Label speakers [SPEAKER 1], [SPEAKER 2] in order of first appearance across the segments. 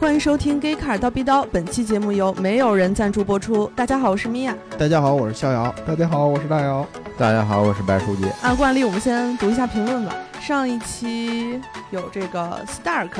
[SPEAKER 1] 欢迎收听《Gay Car 刀逼刀》，本期节目由没有人赞助播出。大家好，我是米娅。
[SPEAKER 2] 大家好，我是逍遥。
[SPEAKER 3] 大家好，我是大姚。
[SPEAKER 4] 大家好，我是白书记。
[SPEAKER 1] 按惯例，我们先读一下评论吧。上一期有这个 Stark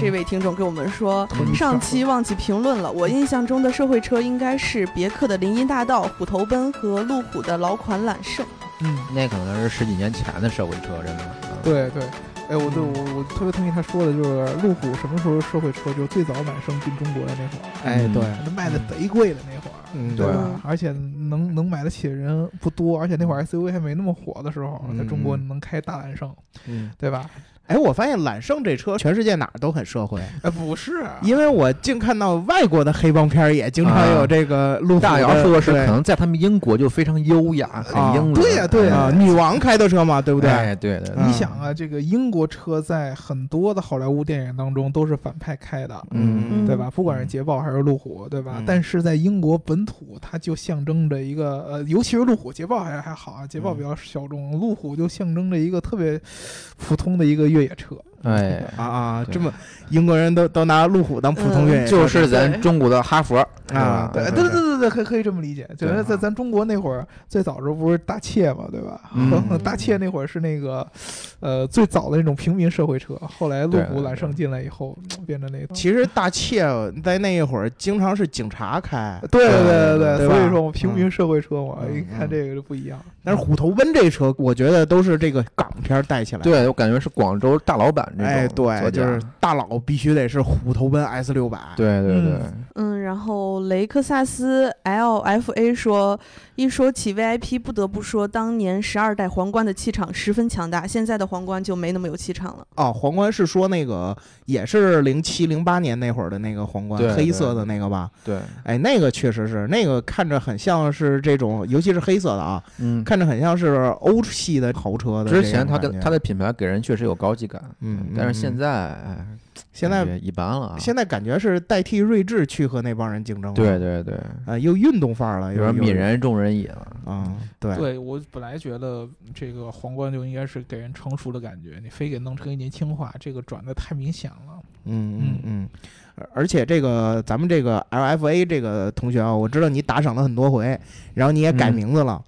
[SPEAKER 1] 这位听众给我们说，
[SPEAKER 3] 嗯
[SPEAKER 1] 上期忘记评论了。我印象中的社会车应该是别克的林荫大道、虎头奔和路虎的老款揽胜。
[SPEAKER 3] 嗯，
[SPEAKER 4] 那可能是十几年前的社会车，真的。嗯，
[SPEAKER 3] 对对，哎，我对我我特别同意他说的，就是路虎什么时候社会车，就是最早揽胜进中国的那会
[SPEAKER 4] 嗯
[SPEAKER 3] 儿，
[SPEAKER 2] 哎，对，
[SPEAKER 3] 那卖的贼贵的那会儿，
[SPEAKER 2] 嗯，
[SPEAKER 4] 对
[SPEAKER 3] 吧？而且能能买得起的人不多，而且那会儿 SUV 还没那么火的时候，在中国
[SPEAKER 4] 嗯
[SPEAKER 3] 能开大揽胜，
[SPEAKER 2] 嗯，
[SPEAKER 3] 对吧？
[SPEAKER 2] 哎，我发现揽胜这车全世界哪儿都很社会，啊
[SPEAKER 3] 哎，不是，
[SPEAKER 2] 因为我净看到外国的黑帮片儿也经常有这个路虎的、
[SPEAKER 4] 大姚说的是，
[SPEAKER 2] 对
[SPEAKER 4] 可能在他们英国就非常优雅，很
[SPEAKER 2] 啊
[SPEAKER 4] 英伦。
[SPEAKER 3] 对呀对呀
[SPEAKER 2] 啊
[SPEAKER 4] 哎，
[SPEAKER 2] 女王开的车嘛，对不对？
[SPEAKER 4] 哎对对对
[SPEAKER 2] 嗯
[SPEAKER 3] 你想啊，这个英国车在很多的好莱坞电影当中都是反派开的，
[SPEAKER 1] 嗯
[SPEAKER 3] 对吧？不管是捷豹还是路虎，对吧？
[SPEAKER 2] 嗯
[SPEAKER 3] 但是在英国本土，它就象征着一个呃，尤其是路虎、捷豹还还好啊，捷豹比较小众，路虎就象征着一个特别普通的一个越野车。
[SPEAKER 4] 哎，
[SPEAKER 3] 嗯
[SPEAKER 2] 啊啊，
[SPEAKER 4] 对
[SPEAKER 2] 这么英国人都都拿路虎当普通越野
[SPEAKER 3] 嗯
[SPEAKER 2] 车，
[SPEAKER 4] 就是咱中国的哈佛
[SPEAKER 2] 啊
[SPEAKER 4] 对
[SPEAKER 3] 对
[SPEAKER 4] 吧嗯
[SPEAKER 3] 对对对对，可以可以这么理解。就
[SPEAKER 4] 对
[SPEAKER 3] 是在咱中国那会儿，最早的时候不是大切嘛，对吧？
[SPEAKER 4] 嗯
[SPEAKER 3] 大切那会儿是那个呃最早的那种平民社会车，后来路
[SPEAKER 4] 对对
[SPEAKER 3] 虎、
[SPEAKER 4] 对
[SPEAKER 3] 揽胜进来以后，嗯变成那个。
[SPEAKER 2] 其实大切在那一会儿经常是警察开，
[SPEAKER 3] 对对
[SPEAKER 4] 对
[SPEAKER 3] 对，
[SPEAKER 2] 对
[SPEAKER 3] 所
[SPEAKER 2] 吧
[SPEAKER 3] 以说我们平民社会车嘛，
[SPEAKER 2] 嗯
[SPEAKER 3] 一看这个就不一样。
[SPEAKER 2] 但是虎头奔这车，我觉得都是这个港片儿带起来的。
[SPEAKER 4] 对，我感觉是广州大老板这种
[SPEAKER 2] 哎，
[SPEAKER 4] 座
[SPEAKER 2] 对，
[SPEAKER 4] 驾
[SPEAKER 2] 就是大佬必须得是虎头奔 S 六百，
[SPEAKER 4] 对对对
[SPEAKER 3] 嗯
[SPEAKER 1] 嗯，然后雷克萨斯 LFA 说，一说起 VIP，不得不说当年十二代皇冠的气场十分强大，现在的皇冠就没那么有气场了。
[SPEAKER 2] 哦，皇冠是说那个也是零七零八年那会儿的那个皇冠
[SPEAKER 4] 对，对
[SPEAKER 2] 黑色的那个吧？
[SPEAKER 4] 对，
[SPEAKER 2] 哎，那个确实是，那个看着很像是这种，尤其是黑色的啊，
[SPEAKER 4] 嗯。
[SPEAKER 2] 看着很像是欧系的豪车的这种感
[SPEAKER 4] 之
[SPEAKER 2] 觉。
[SPEAKER 4] 前他跟他的品牌给人确实有高级感，
[SPEAKER 2] 嗯嗯
[SPEAKER 4] 但是现在哎
[SPEAKER 2] 现
[SPEAKER 4] 感
[SPEAKER 2] 在
[SPEAKER 4] 觉一般了啊。
[SPEAKER 2] 现在感觉是代替锐志去和那帮人竞争了，
[SPEAKER 4] 对，对对，
[SPEAKER 2] 啊，又运动范儿了，
[SPEAKER 4] 有
[SPEAKER 2] 又
[SPEAKER 4] 点泯人众人矣了。
[SPEAKER 2] 啊，对，
[SPEAKER 3] 对我本来觉得这个皇冠就应该是给人成熟的感觉，你非给弄成一年轻化，这个转的太明显了。
[SPEAKER 2] 嗯嗯
[SPEAKER 3] 嗯
[SPEAKER 2] 嗯。而而且这个咱们这个 LFA 这个同学啊，我知道你打赏了很多回，然后你也改
[SPEAKER 4] 嗯
[SPEAKER 2] 名字了，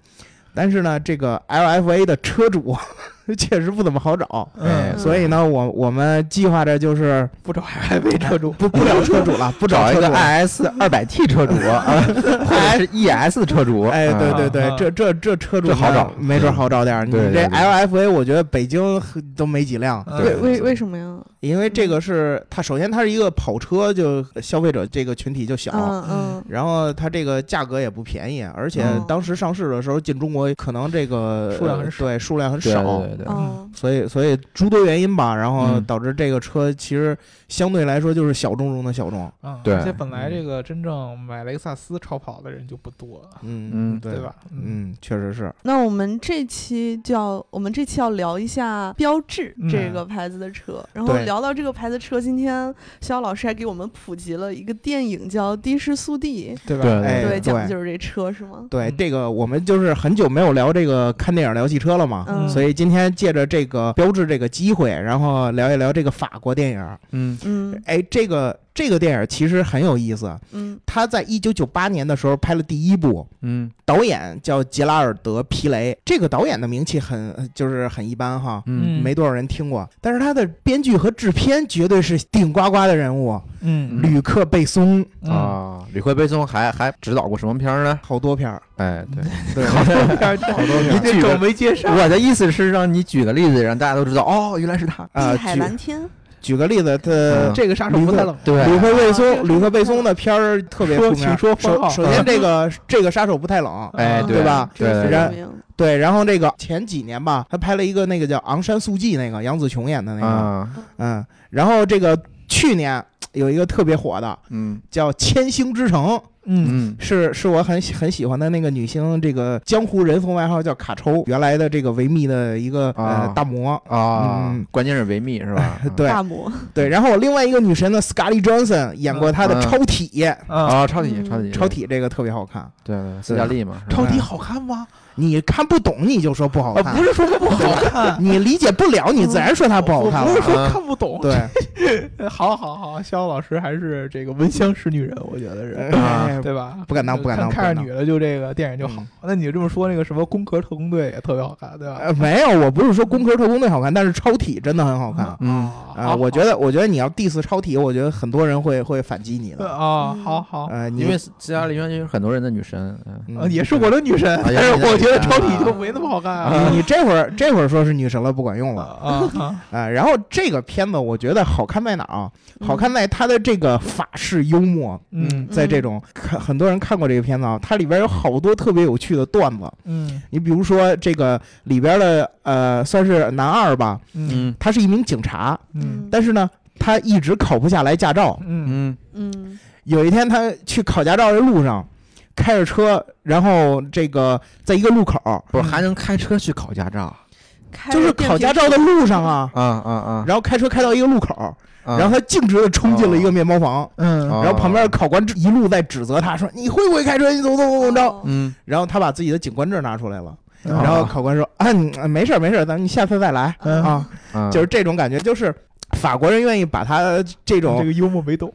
[SPEAKER 2] 但是呢，这个 LFA 的车主 确实不怎么好找，
[SPEAKER 4] 哎
[SPEAKER 1] 嗯
[SPEAKER 2] 所以呢，我我们计划着就是
[SPEAKER 3] 不找 LV 车主，
[SPEAKER 2] 不不找车主 了，不
[SPEAKER 4] 找一
[SPEAKER 2] 车
[SPEAKER 4] 个
[SPEAKER 2] 主了
[SPEAKER 4] IS 二百 T 车主啊，或者是 ES 车主。
[SPEAKER 2] 哎，对
[SPEAKER 4] 啊
[SPEAKER 2] 对对，
[SPEAKER 3] 啊
[SPEAKER 2] 这这这车主
[SPEAKER 4] 这好
[SPEAKER 2] 呢
[SPEAKER 4] 找
[SPEAKER 2] 没准好找点儿。你
[SPEAKER 4] 对对
[SPEAKER 2] 这
[SPEAKER 4] 对
[SPEAKER 2] LFA，我觉得北京很都没几辆，
[SPEAKER 3] 嗯
[SPEAKER 1] 为
[SPEAKER 4] 对
[SPEAKER 1] 为为什么呀？
[SPEAKER 2] 因为
[SPEAKER 1] 嗯
[SPEAKER 2] 这个是它首先它是一个跑车，就呃消费者这个群体就小，
[SPEAKER 1] 嗯嗯，
[SPEAKER 2] 然后它这个价格也不便宜，而且
[SPEAKER 1] 嗯
[SPEAKER 2] 当时上市的时候进中国可能这个
[SPEAKER 3] 数量很少
[SPEAKER 2] 对数量很
[SPEAKER 4] 对
[SPEAKER 2] 少，
[SPEAKER 4] 对对对，
[SPEAKER 3] 嗯
[SPEAKER 1] 哦，
[SPEAKER 2] 所以所以诸多原因吧，然后
[SPEAKER 4] 嗯
[SPEAKER 2] 导致这个车其实相对来说就是小众中的小众，
[SPEAKER 3] 嗯，
[SPEAKER 4] 对
[SPEAKER 3] 而且本来这个真正买雷克萨斯超跑的人就不多，
[SPEAKER 2] 嗯
[SPEAKER 4] 嗯
[SPEAKER 2] 对
[SPEAKER 3] 对？吧？嗯，
[SPEAKER 2] 嗯，确实是，
[SPEAKER 1] 那我们这期就要，我们这期要聊一下标志
[SPEAKER 3] 嗯
[SPEAKER 1] 这个牌子的车，然后
[SPEAKER 2] 对
[SPEAKER 1] 聊到这个牌子车，今天肖老师还给我们普及了一个电影叫《的士速递》，
[SPEAKER 3] 对吧？
[SPEAKER 4] 对
[SPEAKER 2] 哎
[SPEAKER 1] 对，讲的
[SPEAKER 2] 对
[SPEAKER 1] 就是这车是吗？
[SPEAKER 2] 对
[SPEAKER 3] 嗯
[SPEAKER 2] 这个我们就是很久没有聊这个看电影聊汽车了嘛，
[SPEAKER 1] 嗯
[SPEAKER 2] 所以今天借着这个标志这个机会，然后聊一聊这个法国电影，
[SPEAKER 4] 嗯
[SPEAKER 1] 嗯
[SPEAKER 2] 哎，这个这个电影其实很有意思，
[SPEAKER 1] 嗯
[SPEAKER 2] 他在一九九八年的时候拍了第一部。
[SPEAKER 4] 嗯
[SPEAKER 2] 导演叫杰拉尔德·皮雷，这个导演的名气很呃就是很一般哈，
[SPEAKER 4] 嗯
[SPEAKER 2] 没多少人听过。但是他的编剧和制片绝对是顶呱呱的人物，
[SPEAKER 3] 嗯
[SPEAKER 2] 吕克·贝松
[SPEAKER 3] 嗯
[SPEAKER 4] 啊，李逵贝松还还指导过什么片儿呢？
[SPEAKER 2] 好多片儿，
[SPEAKER 4] 哎，对，
[SPEAKER 2] 对，好多片儿，好多片
[SPEAKER 4] 你
[SPEAKER 2] 儿。
[SPEAKER 4] 这种
[SPEAKER 3] 没介绍，
[SPEAKER 4] 我的意思是让你举个例子，让大家都知道哦，原来是他。
[SPEAKER 2] 啊，
[SPEAKER 1] 碧海蓝
[SPEAKER 2] 举
[SPEAKER 1] 天，
[SPEAKER 2] 举个例子，他
[SPEAKER 4] 嗯
[SPEAKER 3] 这个杀手不太冷，
[SPEAKER 4] 对
[SPEAKER 2] 吕克·贝
[SPEAKER 1] 啊这个
[SPEAKER 2] 松，吕克·贝松的片儿特别出
[SPEAKER 3] 说
[SPEAKER 2] 名
[SPEAKER 3] 请。说番
[SPEAKER 2] 首
[SPEAKER 3] 号，
[SPEAKER 2] 首先，这个这个杀手不太 冷，
[SPEAKER 4] 哎，
[SPEAKER 1] 嗯
[SPEAKER 2] 对吧
[SPEAKER 1] 这个
[SPEAKER 4] 对
[SPEAKER 1] 非
[SPEAKER 2] 然
[SPEAKER 1] 常有名
[SPEAKER 2] 对，然后这个前几年吧，他拍了一个那个叫《昂山素季》，那个杨紫琼演的那个，
[SPEAKER 4] 啊，
[SPEAKER 2] 嗯，然后这个去年有一个特别火的，
[SPEAKER 4] 嗯，
[SPEAKER 2] 叫《千星之城》，
[SPEAKER 3] 嗯，
[SPEAKER 4] 嗯，
[SPEAKER 2] 是是我很喜很喜欢的那个女星，这个江湖人送外号叫卡抽，原来的这个维密的一个、
[SPEAKER 4] 啊嗯
[SPEAKER 2] 呃大魔。
[SPEAKER 4] 啊
[SPEAKER 2] 嗯，
[SPEAKER 4] 关键是维密是吧？
[SPEAKER 2] 对
[SPEAKER 1] 大魔，
[SPEAKER 2] 对，然后我另外一个女神呢，Scarlett Johansson 演过她的
[SPEAKER 4] 嗯
[SPEAKER 2] 超体，
[SPEAKER 3] 啊，
[SPEAKER 4] 啊，超体
[SPEAKER 1] 嗯
[SPEAKER 4] 超体
[SPEAKER 2] 超，体这个特别好看。嗯
[SPEAKER 4] 对对，斯嘉丽嘛，是吧
[SPEAKER 3] 超体好看吗？
[SPEAKER 2] 你看不懂你就说不好
[SPEAKER 3] 啊，
[SPEAKER 2] 看，
[SPEAKER 3] 不是说不好 看，
[SPEAKER 2] 你理解不了，你自然说它不好看
[SPEAKER 3] 我不
[SPEAKER 2] 了
[SPEAKER 3] 是。说
[SPEAKER 4] 啊
[SPEAKER 3] 看不懂。
[SPEAKER 2] 对，
[SPEAKER 3] 好好好，肖老师还是这个闻香识女人，我觉得是。
[SPEAKER 2] 哎
[SPEAKER 3] 对吧？
[SPEAKER 2] 不敢当
[SPEAKER 3] 就
[SPEAKER 2] 不敢当
[SPEAKER 3] 看看
[SPEAKER 2] 不敢当
[SPEAKER 3] 上女的就这个电影就好
[SPEAKER 2] 嗯。
[SPEAKER 3] 那你这么说，那个什么《攻壳特工队》也特别好看，对吧？
[SPEAKER 2] 呃，没有，我不是说《攻壳特工队》好看，但是超体真的很好看。
[SPEAKER 4] 嗯
[SPEAKER 3] 哦
[SPEAKER 2] 啊、我觉得，我觉得你要 diss 超体，我觉得很多人会会反击你
[SPEAKER 3] 得
[SPEAKER 2] 的。
[SPEAKER 3] 啊，
[SPEAKER 1] 嗯
[SPEAKER 3] 好好，
[SPEAKER 2] 呃，你
[SPEAKER 4] 因为斯嘉丽原先是很多人的女神，嗯
[SPEAKER 2] 嗯
[SPEAKER 3] 呃也是我的女神，
[SPEAKER 4] 啊也
[SPEAKER 3] 但
[SPEAKER 4] 是
[SPEAKER 3] 是
[SPEAKER 4] 你的
[SPEAKER 3] 我觉得
[SPEAKER 4] 女神
[SPEAKER 3] 超体
[SPEAKER 4] 啊
[SPEAKER 3] 就没那么好看啊。
[SPEAKER 2] 嗯你你这会儿这会儿说是女神了，不管用
[SPEAKER 3] 啊
[SPEAKER 2] 了
[SPEAKER 3] 啊
[SPEAKER 2] 啊、然后这个片子我觉得好看在哪儿啊？好看在它的这个法式幽默，
[SPEAKER 3] 嗯
[SPEAKER 2] 在这种看很多人看过这个片子啊，它里边有好多特别有趣的段子。
[SPEAKER 3] 嗯
[SPEAKER 2] 你比如说这个里边的呃，算是男二吧，
[SPEAKER 3] 嗯
[SPEAKER 2] 他是一名警察，
[SPEAKER 3] 嗯
[SPEAKER 2] 但是呢，他一直考不下来驾照。
[SPEAKER 3] 嗯
[SPEAKER 4] 嗯
[SPEAKER 1] 嗯
[SPEAKER 2] 有一天他去考驾照的路上，开着车，然后这个在一个路口，
[SPEAKER 4] 不是还能开车去考驾照
[SPEAKER 1] 开
[SPEAKER 2] 就是
[SPEAKER 1] 着电
[SPEAKER 2] 考
[SPEAKER 1] 瓶
[SPEAKER 2] 驾照
[SPEAKER 1] 车
[SPEAKER 2] 的路上啊，
[SPEAKER 4] 啊啊啊！
[SPEAKER 2] 然后开车开到一个路口，
[SPEAKER 4] 然
[SPEAKER 2] 然后他径直的冲进了一个面包房。
[SPEAKER 3] 嗯
[SPEAKER 4] 啊
[SPEAKER 2] 然后旁边考官一路在指责他说：“你会不会开车？你怎么怎么怎么着
[SPEAKER 1] 哦
[SPEAKER 4] 嗯，？”
[SPEAKER 2] 然后他把自己的警官证拿出来了，
[SPEAKER 3] 啊
[SPEAKER 2] 然后考官说：“啊，你没事儿没事儿，咱们下次再来
[SPEAKER 1] 嗯
[SPEAKER 2] 啊。”
[SPEAKER 4] 啊
[SPEAKER 2] 就是这种感觉，就是法国人愿意把他这
[SPEAKER 3] 这
[SPEAKER 2] 种
[SPEAKER 3] 个幽默没懂。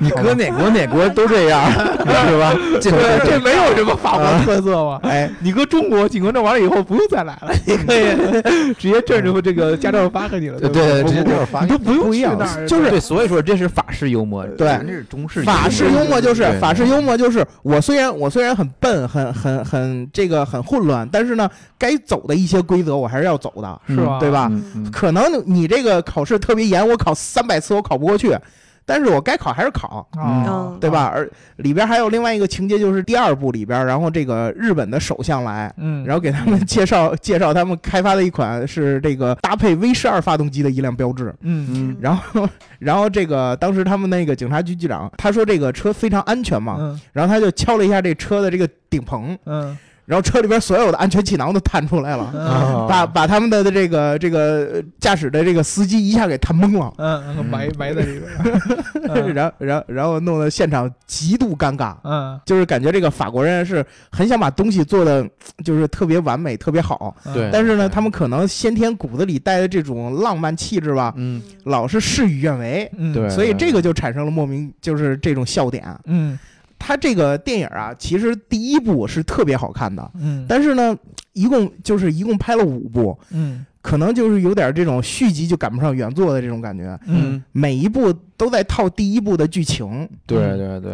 [SPEAKER 4] 你搁哪国哪国都 这样，是吧？这
[SPEAKER 3] 对，这没有什么法国特色嘛。
[SPEAKER 2] 哎，
[SPEAKER 3] 你搁中国警官证完了以后，不用再来了，你可以直接证就这个驾照发给你了，
[SPEAKER 4] 对
[SPEAKER 3] 不对
[SPEAKER 4] 对，直接
[SPEAKER 3] 不
[SPEAKER 4] 就是发
[SPEAKER 3] 你都不用
[SPEAKER 2] 啊不一
[SPEAKER 3] 去
[SPEAKER 2] 样
[SPEAKER 3] 那儿，
[SPEAKER 2] 就是
[SPEAKER 4] 对，所以说这是法式幽默，
[SPEAKER 2] 对
[SPEAKER 4] 咱这是中式
[SPEAKER 2] 法式幽默就是
[SPEAKER 4] 对
[SPEAKER 2] 法式幽默就是我虽然我虽然很笨，很很很这个很混乱，但是呢，该走的一些规则我还是要走的，
[SPEAKER 3] 是吧？
[SPEAKER 2] 对吧？啊
[SPEAKER 4] 嗯嗯
[SPEAKER 2] 可能你这个考试特别严，我考三百次我考不过去，但是我该考还是考。
[SPEAKER 3] 啊
[SPEAKER 1] 嗯，
[SPEAKER 2] 对吧？？而里边还有另外一个情节，就是第二部里边，然后这个日本的首相来，
[SPEAKER 3] 嗯，
[SPEAKER 2] 然后给他们 介绍介绍他们开发的一款是这个搭配 V 十二发动机的一辆标志。
[SPEAKER 3] 嗯
[SPEAKER 4] 嗯
[SPEAKER 2] 然后，然后这个当时他们那个警察局局长他说这个车非常安全嘛，
[SPEAKER 3] 嗯
[SPEAKER 2] 然后他就敲了一下这车的这个顶棚，
[SPEAKER 3] 嗯
[SPEAKER 2] 然后车里边所有的安全气囊都探出来了，
[SPEAKER 3] 嗯
[SPEAKER 2] 把把他们的这个这个呃驾驶的这个司机一下给探懵了。
[SPEAKER 3] 嗯，埋埋在里边嗯儿，
[SPEAKER 2] 然后，然后，然后弄得现场极度尴尬，
[SPEAKER 3] 嗯
[SPEAKER 2] 就是感觉这个法国人是很想把东西做的，就是特别完美、特别好，
[SPEAKER 3] 嗯，
[SPEAKER 4] 对
[SPEAKER 2] 但是呢，他们可能先天骨子里带的这种浪漫气质吧，
[SPEAKER 4] 嗯
[SPEAKER 2] 老是事与愿违，
[SPEAKER 3] 嗯
[SPEAKER 4] 对
[SPEAKER 2] 所以这个就产生了莫名就是这种笑点。
[SPEAKER 3] 嗯
[SPEAKER 2] 他这个电影啊，其实第一部是特别好看的，
[SPEAKER 3] 嗯，
[SPEAKER 2] 但是呢，一共就是一共拍了五部，
[SPEAKER 3] 嗯
[SPEAKER 2] 可能就是有点这种续集就赶不上原作的这种感觉，
[SPEAKER 3] 嗯
[SPEAKER 2] 每一部都在套第一部的剧情。
[SPEAKER 4] 对对对，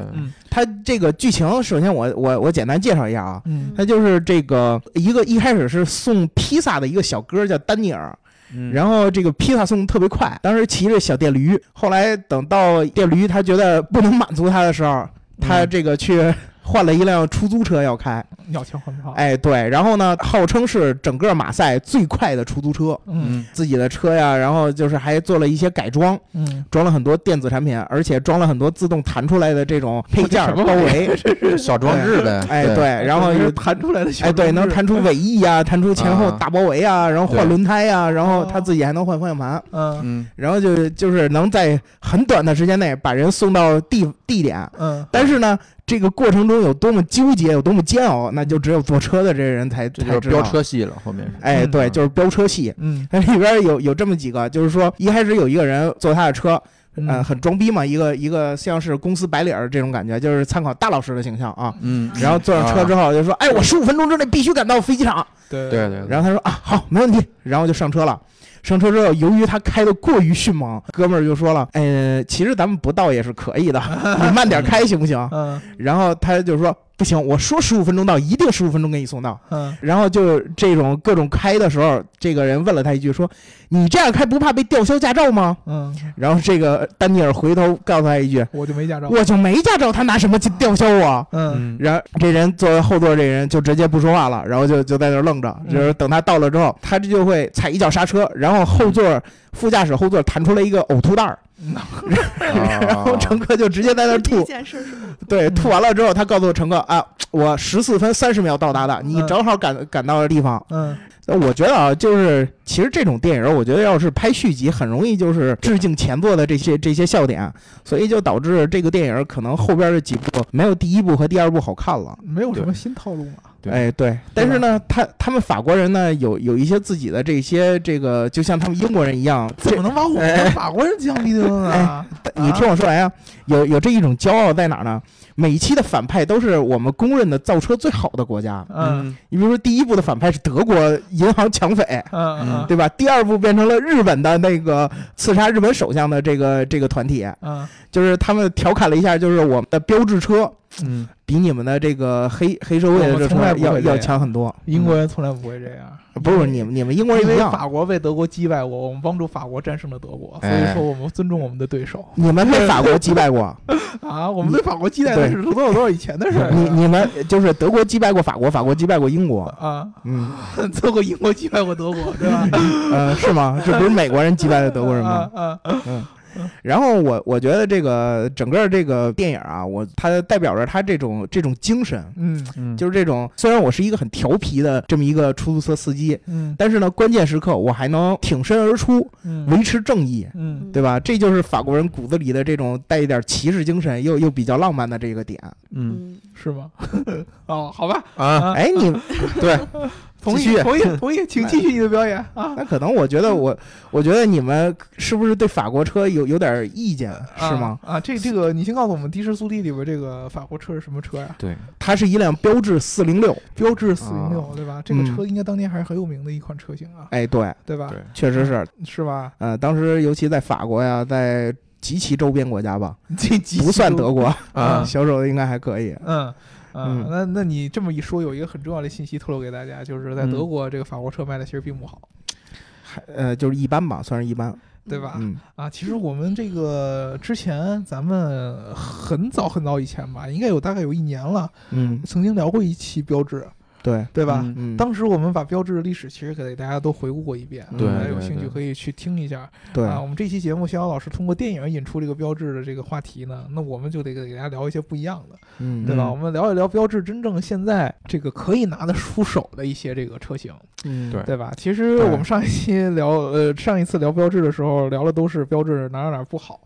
[SPEAKER 2] 它这个剧情，首先我我我简单介绍一下啊，
[SPEAKER 3] 嗯
[SPEAKER 2] 它就是这个一个一开始是送披萨的一个小哥叫丹尼尔，
[SPEAKER 4] 嗯
[SPEAKER 2] 然后这个披萨送的特别快，当时骑着小电驴，后来等到电驴他觉得不能满足他的时候，他这个去换了一辆出租车要开，
[SPEAKER 3] 鸟枪换炮，
[SPEAKER 2] 哎对，然后呢号称是整个马赛最快的出租车，
[SPEAKER 3] 嗯
[SPEAKER 2] 自己的车呀，然后就是还做了一些改装，
[SPEAKER 3] 嗯
[SPEAKER 2] 装了很多电子产品，而且装了很多自动弹出来的这种配件
[SPEAKER 3] 什
[SPEAKER 2] 儿
[SPEAKER 3] 么
[SPEAKER 2] 包围，
[SPEAKER 4] 嗯小装置呗，
[SPEAKER 2] 哎对，然后有
[SPEAKER 3] 弹出来的小，
[SPEAKER 2] 哎，对，能弹出尾翼啊，弹出前后
[SPEAKER 4] 啊
[SPEAKER 2] 大包围啊，然后换
[SPEAKER 4] 对
[SPEAKER 2] 轮胎啊，然后
[SPEAKER 3] 哦
[SPEAKER 2] 他自己还能换方向盘，
[SPEAKER 3] 嗯
[SPEAKER 4] 嗯
[SPEAKER 2] 然后就就是能在很短的时间内把人送到地地点。
[SPEAKER 3] 嗯
[SPEAKER 2] 但是呢，这个过程中有多么纠结，有多么煎熬，那就只有坐车嗯的这人才
[SPEAKER 4] 这
[SPEAKER 2] 才
[SPEAKER 4] 就是
[SPEAKER 2] 知道
[SPEAKER 4] 飙。车戏了，后面是
[SPEAKER 2] 哎，
[SPEAKER 3] 嗯
[SPEAKER 2] 对，
[SPEAKER 4] 嗯
[SPEAKER 2] 就是飙车戏。
[SPEAKER 3] 嗯
[SPEAKER 2] 它里边有有这么几个，就是说一开始有一个人坐他的车，呃，
[SPEAKER 3] 嗯
[SPEAKER 2] 很装逼嘛，一个一个像是公司白领儿这种感觉，就是参考大老师的形象啊。
[SPEAKER 4] 嗯，
[SPEAKER 2] 然后坐上车之后就说：“哎，我十五分钟之内必须赶到飞机场。”
[SPEAKER 3] 对
[SPEAKER 4] 对对，
[SPEAKER 2] 然后他说啊，好，没问题，然后就上车了。上车之后，由于他开的过于迅猛，哥们儿就说了，呃，其实咱们不到也是可以的，你慢点开行不行？
[SPEAKER 3] 嗯
[SPEAKER 2] 然后他就说不行，我说十五分钟到，一定十五分钟给你送到。
[SPEAKER 3] 嗯
[SPEAKER 2] 然后就这种各种开的时候，这个人问了他一句说，你这样开不怕被吊销驾照吗？
[SPEAKER 3] 嗯，
[SPEAKER 2] 然后这个丹尼尔回头告诉他一句，
[SPEAKER 3] 我就没驾照，
[SPEAKER 2] 我就没驾照，他拿什么去吊销啊我？
[SPEAKER 3] 嗯
[SPEAKER 4] 嗯
[SPEAKER 2] 然后这人坐在后座，这人就直接不说话了，然后就就在那儿愣着，
[SPEAKER 3] 嗯
[SPEAKER 2] 就是等他到了之后，他这就会踩一脚刹车，然然后后座副驾驶后座弹出来一个呕吐袋儿，然
[SPEAKER 3] 哦
[SPEAKER 4] 然
[SPEAKER 2] 后乘客就直接在那儿
[SPEAKER 1] 第一
[SPEAKER 2] 吐，
[SPEAKER 1] 件事是
[SPEAKER 2] 对，
[SPEAKER 3] 嗯
[SPEAKER 2] 吐完了之后，他告诉乘客啊，我十四分三十秒到达的，你
[SPEAKER 3] 嗯
[SPEAKER 2] 正好赶赶到的地方。
[SPEAKER 3] 嗯，
[SPEAKER 2] 我觉得啊，就是其实这种电影，我觉得要是拍续集，很容易就是致敬前作的这些这些笑点，所以就导致这个电影可能后边的几部没有第一部和第二部好看了。
[SPEAKER 3] 没有什么新套路嘛。
[SPEAKER 4] 对
[SPEAKER 2] 哎，对，但是呢，他他们法国人呢，有有一些自己的这些这个，就像他们英国人一样，
[SPEAKER 3] 怎
[SPEAKER 2] 这
[SPEAKER 3] 么能把我
[SPEAKER 2] 哎
[SPEAKER 3] 们法国人相比呢？
[SPEAKER 2] 哎
[SPEAKER 3] 啊
[SPEAKER 2] 你听我说完啊，有有这一种骄傲在哪儿呢？每一期的反派都是我们公认的造车最好的国家。
[SPEAKER 3] 嗯
[SPEAKER 2] 你比如说第一部的反派是德国银行抢匪，
[SPEAKER 3] 嗯嗯
[SPEAKER 2] 对吧？第二部变成了日本的那个刺杀日本首相的这个这个团体，
[SPEAKER 3] 嗯
[SPEAKER 2] 就是他们调侃了一下，就是我们的标志车
[SPEAKER 3] 嗯，
[SPEAKER 2] 比你们的这个黑黑社会的这
[SPEAKER 3] 我们从来
[SPEAKER 2] 车
[SPEAKER 3] 不会
[SPEAKER 2] 要
[SPEAKER 3] 这样
[SPEAKER 2] 要强很多。
[SPEAKER 3] 英国人从来不会这样。
[SPEAKER 2] 嗯不是你们你们英国人
[SPEAKER 3] 因
[SPEAKER 2] 一
[SPEAKER 3] 为
[SPEAKER 2] 样，
[SPEAKER 3] 法国被德国击败过，我们帮助法国战胜了德国，所以
[SPEAKER 4] 哎
[SPEAKER 3] 说我们尊重我们的对手
[SPEAKER 2] 你们被法国击败 过，
[SPEAKER 3] 啊。我们对法国击败的是多少多少以前的事儿
[SPEAKER 2] 你你们就是德国击败过法国，法国击败过英国，
[SPEAKER 3] 啊，
[SPEAKER 2] 嗯，
[SPEAKER 3] 最后英国击 败过德国，对吧？
[SPEAKER 2] 呃，是吗？这不是美国人击败的德国人吗？
[SPEAKER 3] 啊啊
[SPEAKER 2] 然后我我觉得这个整个这个电影啊，我它代表着它这种这种精神，
[SPEAKER 3] 嗯
[SPEAKER 2] 就
[SPEAKER 4] 就
[SPEAKER 2] 是这种虽然我是一个很调皮的这么一个出租车司机，
[SPEAKER 3] 嗯
[SPEAKER 2] 但是呢，关键时刻我还能挺身而出，
[SPEAKER 3] 嗯
[SPEAKER 2] 维持正义，
[SPEAKER 3] 嗯
[SPEAKER 2] 对吧？这就是法国人骨子里的这种带一点骑士精神，又又比较浪漫的这个点。
[SPEAKER 4] 嗯
[SPEAKER 1] 嗯，
[SPEAKER 3] 是吗？ 哦，好吧，
[SPEAKER 4] 啊，
[SPEAKER 3] 啊
[SPEAKER 2] 哎， 你对，
[SPEAKER 3] 同
[SPEAKER 2] 继
[SPEAKER 3] 意
[SPEAKER 2] 续哎
[SPEAKER 3] 同意同意，请继续你的表演啊。
[SPEAKER 2] 那可能我觉得我，我觉得你们是不是对法国车有有点意见， 是吗？
[SPEAKER 3] 啊？啊，这这个你先告诉我们，的士苏利里边这个法国车是什么车呀？
[SPEAKER 4] 对，
[SPEAKER 2] 它是一辆标致四零六，
[SPEAKER 3] 标致四零六，
[SPEAKER 4] 啊
[SPEAKER 3] 对吧？这个
[SPEAKER 2] 嗯
[SPEAKER 3] 车应该当年还是很有名的一款车型啊，
[SPEAKER 2] 哎，对，
[SPEAKER 3] 对吧？
[SPEAKER 4] 对
[SPEAKER 2] 确实是，
[SPEAKER 3] 是吧？
[SPEAKER 2] 呃，当时尤其在法国呀，在及其周边国家吧，
[SPEAKER 3] 这极
[SPEAKER 2] 不算德国，
[SPEAKER 3] 啊
[SPEAKER 2] 销售的应该还可以。
[SPEAKER 3] 嗯。啊
[SPEAKER 2] 嗯，
[SPEAKER 3] 那那你这么一说，有一个很重要的信息透露给大家，就是在
[SPEAKER 2] 嗯
[SPEAKER 3] 德国，这个法国车卖的其实并不好，
[SPEAKER 2] 还呃，就是一般吧，算是一般。
[SPEAKER 3] 对吧？
[SPEAKER 2] 嗯
[SPEAKER 3] 啊，其实我们这个之前，咱们很早很早以前吧，应该有大概有一年了，
[SPEAKER 2] 嗯，
[SPEAKER 3] 曾经聊过一期标志，
[SPEAKER 2] 对，
[SPEAKER 3] 对吧？
[SPEAKER 4] 嗯
[SPEAKER 2] 嗯，
[SPEAKER 3] 当时我们把标志的历史其实给大家都回顾过一遍，
[SPEAKER 2] 对
[SPEAKER 3] 大家有
[SPEAKER 4] 对
[SPEAKER 3] 兴趣
[SPEAKER 4] 对
[SPEAKER 3] 可以去听一下
[SPEAKER 2] 对，
[SPEAKER 3] 啊。我们这期节目，逍遥老师通过电影引出这个标志的这个话题呢，那我们就得给大家聊一些不一样的，
[SPEAKER 2] 嗯，
[SPEAKER 3] 对吧？我们聊一聊标志真正现在这个可以拿得出手的一些这个车型，
[SPEAKER 2] 嗯，
[SPEAKER 4] 对
[SPEAKER 3] 对吧？其实我们上一期聊呃上一次聊标志的时候聊的都是标志哪儿哪儿不 好，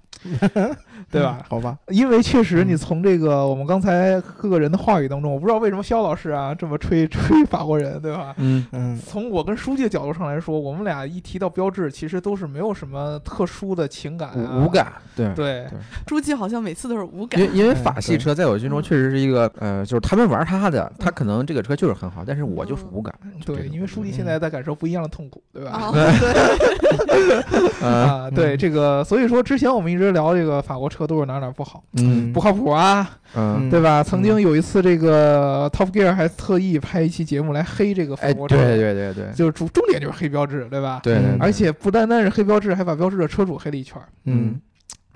[SPEAKER 3] 对吧？
[SPEAKER 2] 嗯好吧，
[SPEAKER 3] 因为确实，
[SPEAKER 2] 嗯
[SPEAKER 3] 你从这个我们刚才各个人的话语当中，我不知道为什么肖老师啊这么吹 吹法国人，对吧？
[SPEAKER 4] 嗯
[SPEAKER 2] 嗯
[SPEAKER 3] 从我跟书记的角度上来说，我们俩一提到标志，其实都是没有什么特殊的情感、啊、
[SPEAKER 4] 无无。感，对。
[SPEAKER 3] 对，
[SPEAKER 1] 朱记好像每次都是无感
[SPEAKER 4] 因为，因为
[SPEAKER 2] 嗯嗯
[SPEAKER 4] 法系
[SPEAKER 2] 对
[SPEAKER 4] 车在我心中确实是一个呃，就是他们玩他的，他可能这个车就是很好，但是我就是无感。就
[SPEAKER 3] 对，
[SPEAKER 4] 这种嗯
[SPEAKER 3] 因为书记现在在感受不一样的痛苦，对吧？
[SPEAKER 1] 啊，对，
[SPEAKER 4] 呃，
[SPEAKER 3] 啊，对
[SPEAKER 2] 嗯
[SPEAKER 3] 这个，所以说之前我们一直聊这个法国车都是哪儿哪儿不好，
[SPEAKER 4] 嗯
[SPEAKER 3] 不靠谱啊，
[SPEAKER 4] 嗯，
[SPEAKER 3] 对吧？曾经有一次，这个 Top Gear 还特意拍一期节目来黑这个法
[SPEAKER 4] 哎，
[SPEAKER 3] 国
[SPEAKER 4] 对
[SPEAKER 3] 车，
[SPEAKER 4] 对对对对
[SPEAKER 3] 嗯就是主重点就是黑标志，对吧？
[SPEAKER 4] 对嗯对，
[SPEAKER 3] 而且不单单是黑标志，还把标志的车主黑了一圈儿。
[SPEAKER 2] 嗯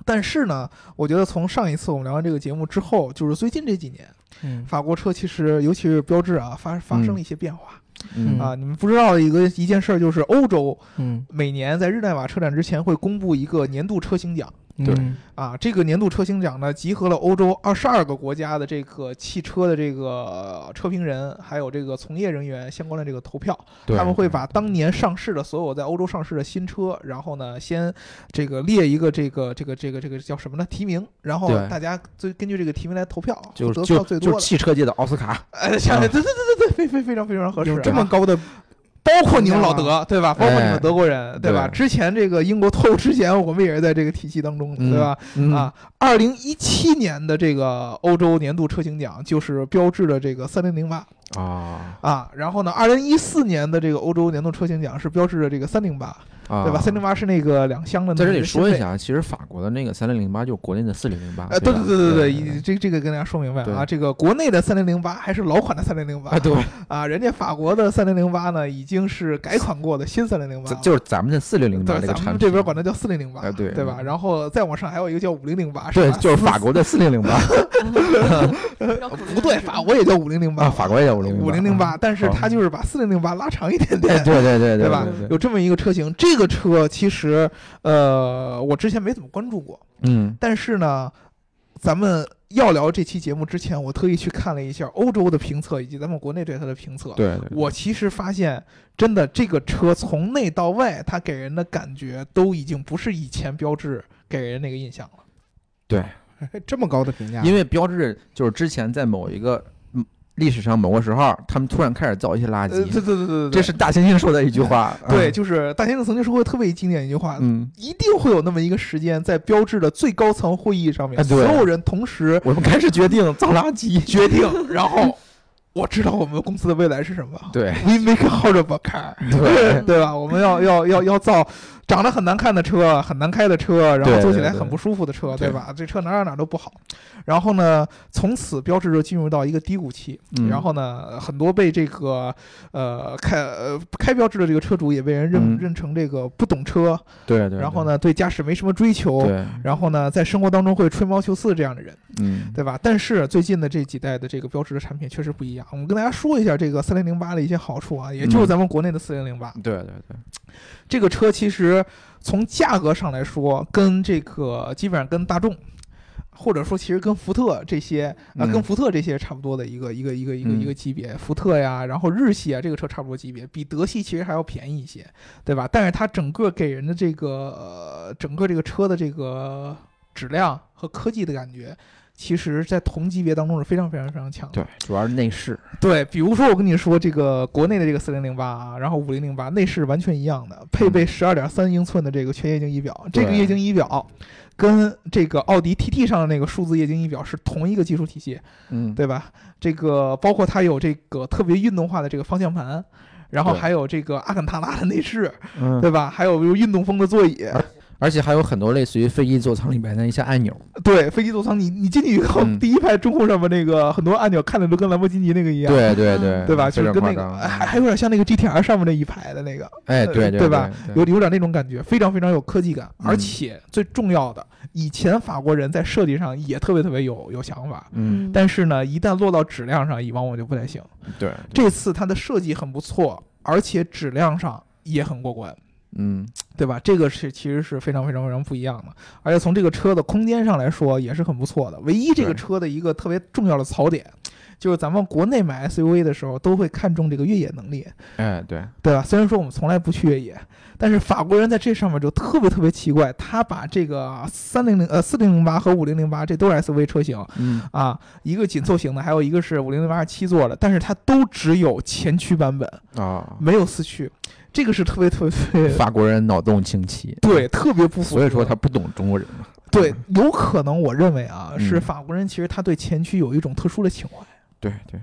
[SPEAKER 3] 但是呢，我觉得从上一次我们聊完这个节目之后，就是最近这几年，
[SPEAKER 2] 嗯
[SPEAKER 3] 法国车其实尤其是标志啊，发发生了一些变化、
[SPEAKER 4] 嗯
[SPEAKER 3] 啊。你们不知道一个一件事儿，就是欧洲
[SPEAKER 2] 嗯，
[SPEAKER 3] 每年在日内瓦车展之前会公布一个年度车型奖
[SPEAKER 4] 对
[SPEAKER 2] 嗯
[SPEAKER 3] 啊。这个年度车型奖呢，集合了欧洲二十二个国家的这个汽车的这个呃车评人，还有这个从业人员相关的这个投票。
[SPEAKER 4] 对
[SPEAKER 3] 他们会把当年上市的所有在欧洲上市的新车，然后呢，先这个列一个这个这个这个这个叫什么呢？提名，然后
[SPEAKER 4] 对
[SPEAKER 3] 大家最根据这个提名来投票，
[SPEAKER 4] 就
[SPEAKER 3] 得票
[SPEAKER 4] 就
[SPEAKER 3] 最
[SPEAKER 4] 就是
[SPEAKER 3] 多的。
[SPEAKER 4] 汽车界的奥斯卡，
[SPEAKER 3] 哎， 下面对对对对对，非非非常非常合适啊。
[SPEAKER 2] 有这么高的，
[SPEAKER 3] 包括你们老德对吧？包括你们德国人对吧？
[SPEAKER 4] 哎对
[SPEAKER 3] 之前这个英国脱欧之前，我们也是在这个体系当中的，
[SPEAKER 4] 嗯
[SPEAKER 3] 对吧？
[SPEAKER 4] 嗯
[SPEAKER 3] 啊，二零一七年的这个欧洲年度车型奖就是标志的这个三零零八。
[SPEAKER 4] 啊
[SPEAKER 3] 啊，然后呢，二零一四年的这个欧洲年度车型奖是标志着这个三零八，
[SPEAKER 4] 啊，
[SPEAKER 3] 对吧？三零八是那个两厢的。
[SPEAKER 4] 在这里说一，下啊，其实法国的那个三零零八就是国内的四零零八，
[SPEAKER 3] 呃，对
[SPEAKER 4] 吧
[SPEAKER 3] 对对对
[SPEAKER 4] 对
[SPEAKER 3] 对，以
[SPEAKER 4] 对
[SPEAKER 3] 这这个跟大家说明白啊，
[SPEAKER 4] 对
[SPEAKER 3] 这个国内的三零零八还是老款的三零零八
[SPEAKER 4] 啊，对，
[SPEAKER 3] 啊，人家法国的三零零八呢已经是改款过的新三零零八
[SPEAKER 4] 咱，就是咱们的四零零八
[SPEAKER 3] 对，
[SPEAKER 4] 这个
[SPEAKER 3] 咱
[SPEAKER 4] 产
[SPEAKER 3] 们
[SPEAKER 4] 品，
[SPEAKER 3] 这边管它叫四零零八
[SPEAKER 4] 哎，对
[SPEAKER 3] 吧？然后再往上还有一个叫五零零八，
[SPEAKER 4] 对
[SPEAKER 3] 吧，
[SPEAKER 4] 就是法国的四零零 八
[SPEAKER 3] 不对，法国也叫五零零八
[SPEAKER 4] 啊，法国也有五零
[SPEAKER 3] 五零零八，但是它就是把四零零八拉长一点点
[SPEAKER 4] 哎，，对对对
[SPEAKER 3] 对吧？有这么一个车型，这个车其实呃，我之前没怎么关注过，
[SPEAKER 4] 嗯
[SPEAKER 3] 但是呢，咱们要聊这期节目之前，我特意去看了一下欧洲的评测以及咱们国内对它的评测。
[SPEAKER 4] 对，对
[SPEAKER 3] 我其实发现，真的这个车从内到外，它给人的感觉都已经不是以前标志给人那个印象了。
[SPEAKER 2] 哎这么高的评价，
[SPEAKER 4] 因为标志就是之前在某一个嗯历史上某个时候，他们突然开始造一些垃
[SPEAKER 3] 呃，对对
[SPEAKER 4] 圾，
[SPEAKER 3] 对对对，
[SPEAKER 4] 这是大猩猩说的一句 话。
[SPEAKER 3] 对，
[SPEAKER 4] 嗯，
[SPEAKER 3] 就是大先生曾经说过特别经典一句话，
[SPEAKER 4] 嗯，
[SPEAKER 3] 一定会有那么一个时间，在标志的最高层会议上面，
[SPEAKER 4] 哎
[SPEAKER 3] 所
[SPEAKER 4] 对
[SPEAKER 3] 有人同时
[SPEAKER 4] 我们开始决定造垃圾，
[SPEAKER 3] 决定，然后我知道我们公司的未来是什么。
[SPEAKER 4] 对
[SPEAKER 3] We make how to car，
[SPEAKER 4] 对
[SPEAKER 3] 对吧？我们要要要要造长得很难看的车，很难开的车，然后
[SPEAKER 4] 对
[SPEAKER 3] 坐起来
[SPEAKER 4] 对
[SPEAKER 3] 很不舒服的车，
[SPEAKER 4] 对
[SPEAKER 3] 对吧？这车哪哪哪都不好。然后呢，从此标志就进入到一个低谷期。
[SPEAKER 4] 嗯
[SPEAKER 3] 然后呢，很多被这个呃开呃开标志的这个车主也被人认、
[SPEAKER 4] 嗯
[SPEAKER 3] 认成这个不懂车，
[SPEAKER 4] 对对，
[SPEAKER 3] 然后呢对驾驶没什么追
[SPEAKER 4] 对？
[SPEAKER 3] 求，
[SPEAKER 4] 对，
[SPEAKER 3] 然后呢在生活当中会吹毛求疵这样的人，
[SPEAKER 4] 嗯，
[SPEAKER 3] 对吧？但是最近的这几代的这个标志的产品确实不一样。我们跟大家说一下这个三零零八的一些好处啊，也就
[SPEAKER 4] 嗯
[SPEAKER 3] 是咱们国内的四零零八。
[SPEAKER 4] 对对对，
[SPEAKER 3] 这个车其实从价格上来说，跟这个基本上跟大众，或者说其实跟福特这些啊、呃
[SPEAKER 4] 嗯
[SPEAKER 3] 跟福特这些差不多的一个一个一个一个
[SPEAKER 4] 嗯
[SPEAKER 3] 一个级别，福特呀，然后日系啊，这个车差不多级别，比德系其实还要便宜一些，对吧？但是它整个给人的这个、呃、整个这个车的这个质量和科技的感觉。其实，在同级别当中是非常非常非常强的。
[SPEAKER 4] 对，主要是内饰，
[SPEAKER 3] 对，比如说我跟你说，这个国内的这个四零零八啊，然后五零零八内饰完全一样的，配备十二点三英寸的这个全液晶仪表，这个
[SPEAKER 4] 嗯对
[SPEAKER 3] 液晶仪表跟这个奥迪 TT 上的那个数字液晶仪表是同一个技术体系，
[SPEAKER 4] 嗯，
[SPEAKER 3] 对吧？这个包括它有这个特别运动化的这个方向盘，然后
[SPEAKER 4] 对
[SPEAKER 3] 还有这个阿肯塔拉的内饰，
[SPEAKER 4] 嗯，
[SPEAKER 3] 对吧？还有比如运动风的座椅，
[SPEAKER 4] 而且还有很多类似于飞机座舱里面的一些按钮，
[SPEAKER 3] 对，飞机座舱，你你进去以后，
[SPEAKER 4] 嗯
[SPEAKER 3] 第一排中控上面那个很多按钮看着都跟兰博基尼那个一样。
[SPEAKER 4] 对对
[SPEAKER 1] 嗯
[SPEAKER 4] 对，
[SPEAKER 3] 对吧？
[SPEAKER 4] 非
[SPEAKER 3] 就
[SPEAKER 4] 常
[SPEAKER 3] 是跟
[SPEAKER 4] 夸
[SPEAKER 3] 那个
[SPEAKER 4] 张，
[SPEAKER 3] 还还有点像那个 GTR 上面那一排的那个，
[SPEAKER 4] 哎，
[SPEAKER 3] 呃
[SPEAKER 4] 对
[SPEAKER 3] 对吧
[SPEAKER 4] 吧？对
[SPEAKER 3] 有有点那种感觉，非常非常有科技感，
[SPEAKER 4] 嗯
[SPEAKER 3] 而且最重要的，以前法国人在设计上也特别特别有有想法，
[SPEAKER 4] 嗯，
[SPEAKER 3] 但是呢，一旦落到质量上，以往我就不太行。
[SPEAKER 4] 对，
[SPEAKER 3] 这次它的设计很不错，而且质量上也很过关，
[SPEAKER 4] 嗯，
[SPEAKER 3] 对吧？这个是其实是非常非常非常不一样的，而且从这个车的空间上来说也是很不错的。唯一这个
[SPEAKER 4] 对
[SPEAKER 3] 车的一个特别重要的槽点，就是咱们国内买 SUV 的时候都会看重这个越野能力，
[SPEAKER 4] 哎，对，
[SPEAKER 3] 对吧？虽然说我们从来不去越野，但是法国人在这上面就特别特别奇怪，他把这个三零零呃四零零八和五零零八这都是 SUV 车型
[SPEAKER 4] 嗯，
[SPEAKER 3] 啊，一个紧凑型的，还有一个是五零零八是七座的，但是它都只有前驱版本，
[SPEAKER 4] 啊，
[SPEAKER 3] 没有四驱，这个是特别特别特别
[SPEAKER 4] 法国人脑洞清奇，
[SPEAKER 3] 对，特别不符合。
[SPEAKER 4] 所以说他不懂中国人嘛，
[SPEAKER 3] 对，有可能我认为啊，
[SPEAKER 4] 嗯
[SPEAKER 3] 是法国人其实他对前驱有一种特殊的情怀。
[SPEAKER 4] 对对，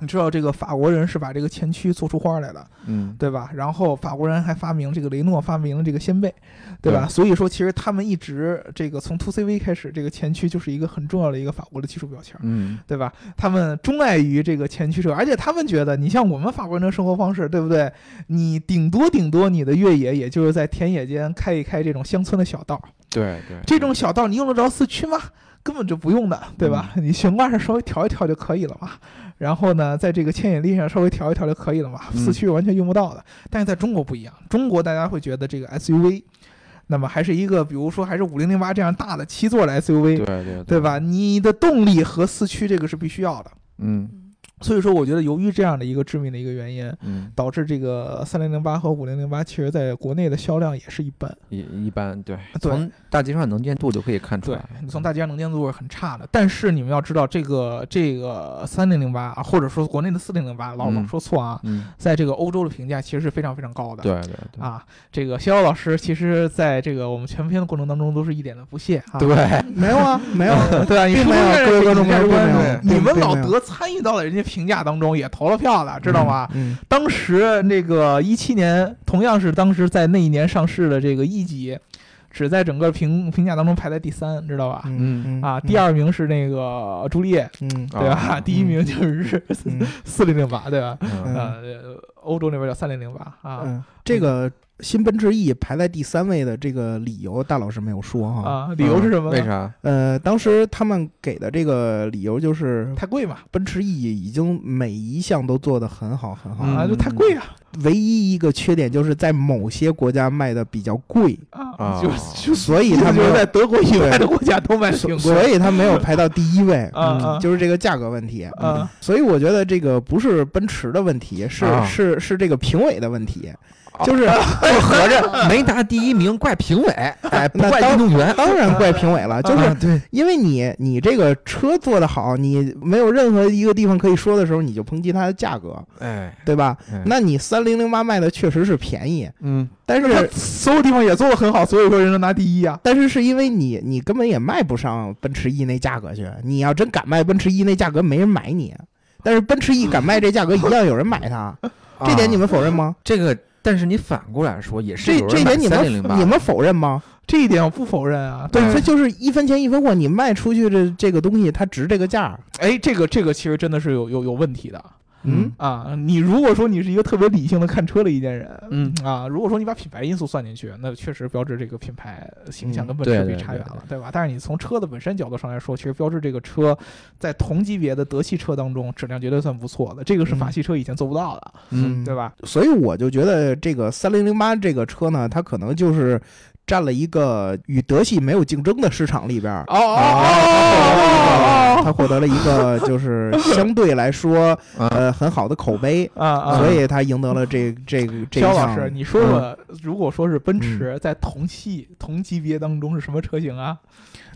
[SPEAKER 3] 你知道这个法国人是把这个前驱做出花来的，
[SPEAKER 4] 嗯，
[SPEAKER 3] 对吧？然后法国人还发明这个雷诺发明了这个掀背，对吧？所以说，其实他们一直这个从 to CV 开始，这个前驱就是一个很重要的一个法国的技术标签，
[SPEAKER 4] 嗯，
[SPEAKER 3] 对吧？他们钟爱于这个前驱车，而且他们觉得，你像我们法国人的生活方式，对不对？你顶多顶多你的越野，也就是在田野间开一开这种乡村的小道，
[SPEAKER 4] 对对，
[SPEAKER 3] 这种小道你用得着四驱吗？根本就不用的，对吧？
[SPEAKER 4] 嗯
[SPEAKER 3] 你悬挂上稍微调一调就可以了嘛。然后呢，在这个牵引力上稍微调一调就可以了嘛。
[SPEAKER 4] 嗯
[SPEAKER 3] 四驱完全用不到的。但是在中国不一样，中国大家会觉得这个 SUV，那么还是一个比如说还是五零零八这样大的七座的 SUV，
[SPEAKER 4] 对对
[SPEAKER 3] 对吧？？你的动力和四驱这个是必须要的。
[SPEAKER 4] 嗯
[SPEAKER 3] 所以说，我觉得由于这样的一个致命的一个原因，
[SPEAKER 4] 嗯，
[SPEAKER 3] 导致这个三零零八和五零零八其实在国内的销量也是一般。
[SPEAKER 4] 一一般对，
[SPEAKER 3] 对
[SPEAKER 4] 从大街上能见度就可以看出
[SPEAKER 3] 对
[SPEAKER 4] 来，
[SPEAKER 2] 嗯
[SPEAKER 3] 你从大街上能见度是很差的。但是你们要知道，这个这个三零零八啊，或者说国内的四零零八，老老
[SPEAKER 4] 嗯
[SPEAKER 3] 说错啊，
[SPEAKER 4] 嗯，
[SPEAKER 3] 在这个欧洲的评价其实是非常非常高的。。
[SPEAKER 4] 对对对，
[SPEAKER 3] 啊，这个逍遥老师其实在这个我们全篇的过程当中都是一点的不屑啊。
[SPEAKER 4] 对，
[SPEAKER 2] 没有啊，没 有，
[SPEAKER 3] 对啊，你
[SPEAKER 2] 并
[SPEAKER 3] 说
[SPEAKER 2] 没有
[SPEAKER 3] 这
[SPEAKER 2] 各位观众
[SPEAKER 3] 评价
[SPEAKER 2] 朋友并
[SPEAKER 3] 观
[SPEAKER 4] 没有
[SPEAKER 3] 众你
[SPEAKER 2] 并
[SPEAKER 3] 们
[SPEAKER 2] 并
[SPEAKER 3] 老
[SPEAKER 2] 没有
[SPEAKER 3] 德参与到了人家评价当中，也投了票了，知道吗？
[SPEAKER 2] 嗯，
[SPEAKER 3] 当时那个一七年，同样是当时在那一年上市的这个 E 级，只在整个评评价当中排在第三，知道吧？
[SPEAKER 2] 嗯嗯
[SPEAKER 3] 啊，第，二名是那个朱丽叶，
[SPEAKER 2] 嗯
[SPEAKER 3] 对吧？
[SPEAKER 4] 啊
[SPEAKER 3] 第一名就是
[SPEAKER 2] 嗯
[SPEAKER 3] 四零零八，对吧？
[SPEAKER 4] 嗯
[SPEAKER 2] 嗯
[SPEAKER 3] 呃，欧洲那边叫三零零吧啊
[SPEAKER 2] 嗯，这个新奔驰 E 排在第三位的这个理由，大老师没有说哈。
[SPEAKER 3] 啊，理由是什么呢？
[SPEAKER 4] 为啥？
[SPEAKER 2] 呃，当时他们给的这个理由就是，
[SPEAKER 3] 太贵嘛
[SPEAKER 2] 奔驰 E 已经每一项都做得很好很好，
[SPEAKER 3] 啊，
[SPEAKER 4] 嗯
[SPEAKER 3] 就太贵啊
[SPEAKER 2] 唯一一个缺点就是在某些国家卖的比较贵，
[SPEAKER 3] 啊，
[SPEAKER 4] 啊
[SPEAKER 3] 就就
[SPEAKER 2] 所以
[SPEAKER 3] 意思
[SPEAKER 2] 他没
[SPEAKER 3] 就是
[SPEAKER 2] 有
[SPEAKER 3] 在德国以外的国家都卖挺
[SPEAKER 2] 所
[SPEAKER 3] 贵
[SPEAKER 2] 所以它没有排到第一位，
[SPEAKER 3] 啊
[SPEAKER 2] 嗯
[SPEAKER 3] 啊
[SPEAKER 2] 就是这个价格问题。嗯
[SPEAKER 3] 啊
[SPEAKER 2] 所以我觉得这个不是奔驰的问题，是、
[SPEAKER 4] 啊
[SPEAKER 2] 是是这个评委的问题，
[SPEAKER 4] 啊
[SPEAKER 2] 就是、
[SPEAKER 4] 就合着 没拿第一名怪评委，哎，不
[SPEAKER 2] 那
[SPEAKER 4] 怪
[SPEAKER 2] 当
[SPEAKER 4] 运动员，
[SPEAKER 2] 当然怪评委了，就是
[SPEAKER 4] 啊对
[SPEAKER 2] 因为你你这个车做得好，你没有任何一个地方可以说的时候，你就抨击它的价格，
[SPEAKER 4] 哎，
[SPEAKER 2] 对吧？
[SPEAKER 4] 嗯
[SPEAKER 2] 那你三零零八卖的确实是便宜，
[SPEAKER 4] 嗯，
[SPEAKER 2] 但
[SPEAKER 3] 那
[SPEAKER 2] 是
[SPEAKER 3] 他所有地方也做的很好，所以说人能拿第一啊。
[SPEAKER 2] 但是是因为你你根本也卖不上奔驰 E 那价格去，你要真敢卖奔驰 E 那价格，没人买你。但是奔驰 E 敢卖这价格，一样有人买 它，这点你
[SPEAKER 4] 们
[SPEAKER 2] 们否认吗？
[SPEAKER 4] 啊这个，但是你反过来说也是
[SPEAKER 2] 这这点你
[SPEAKER 4] 三零零
[SPEAKER 2] 们
[SPEAKER 4] 八，
[SPEAKER 2] 你们否认吗？
[SPEAKER 3] 这一点我不否认啊。
[SPEAKER 2] 对，
[SPEAKER 4] 嗯
[SPEAKER 2] 这就是一分钱一分货，你卖出去的这个东西它值这个价儿，
[SPEAKER 3] 哎，这个这个其实真的是有有有问题的
[SPEAKER 2] 嗯
[SPEAKER 4] 嗯
[SPEAKER 3] 啊。你如果说你是一个特别理性的看车的一件人，
[SPEAKER 4] 嗯
[SPEAKER 3] 啊，如果说你把品牌因素算进去，那确实标志这个品牌形
[SPEAKER 2] 嗯
[SPEAKER 3] 象跟奔驰
[SPEAKER 4] 对
[SPEAKER 3] 比
[SPEAKER 4] 对
[SPEAKER 3] 差
[SPEAKER 4] 对
[SPEAKER 3] 远了，对吧？但是你从车的本身角度上来说，其实标志这个车在同级别的德系车当中质量绝对算不错的，这个是法
[SPEAKER 2] 嗯
[SPEAKER 3] 系车以前做不到的，
[SPEAKER 4] 嗯
[SPEAKER 3] 对吧？
[SPEAKER 2] 所以我就觉得这个三零零八这个车呢，它可能就是占了一个与德系没有竞争的市场里边儿。
[SPEAKER 3] 哦哦
[SPEAKER 2] 啊
[SPEAKER 3] 哦
[SPEAKER 2] 它获得了一个就是相对来说
[SPEAKER 4] 啊，
[SPEAKER 2] 呃很好的口碑，
[SPEAKER 3] 哦啊啊！
[SPEAKER 2] 所以它赢得了这这个这一
[SPEAKER 3] 肖老
[SPEAKER 2] 项
[SPEAKER 3] 师，你说说，如果说是奔驰在同系同级别当中是什么车型啊？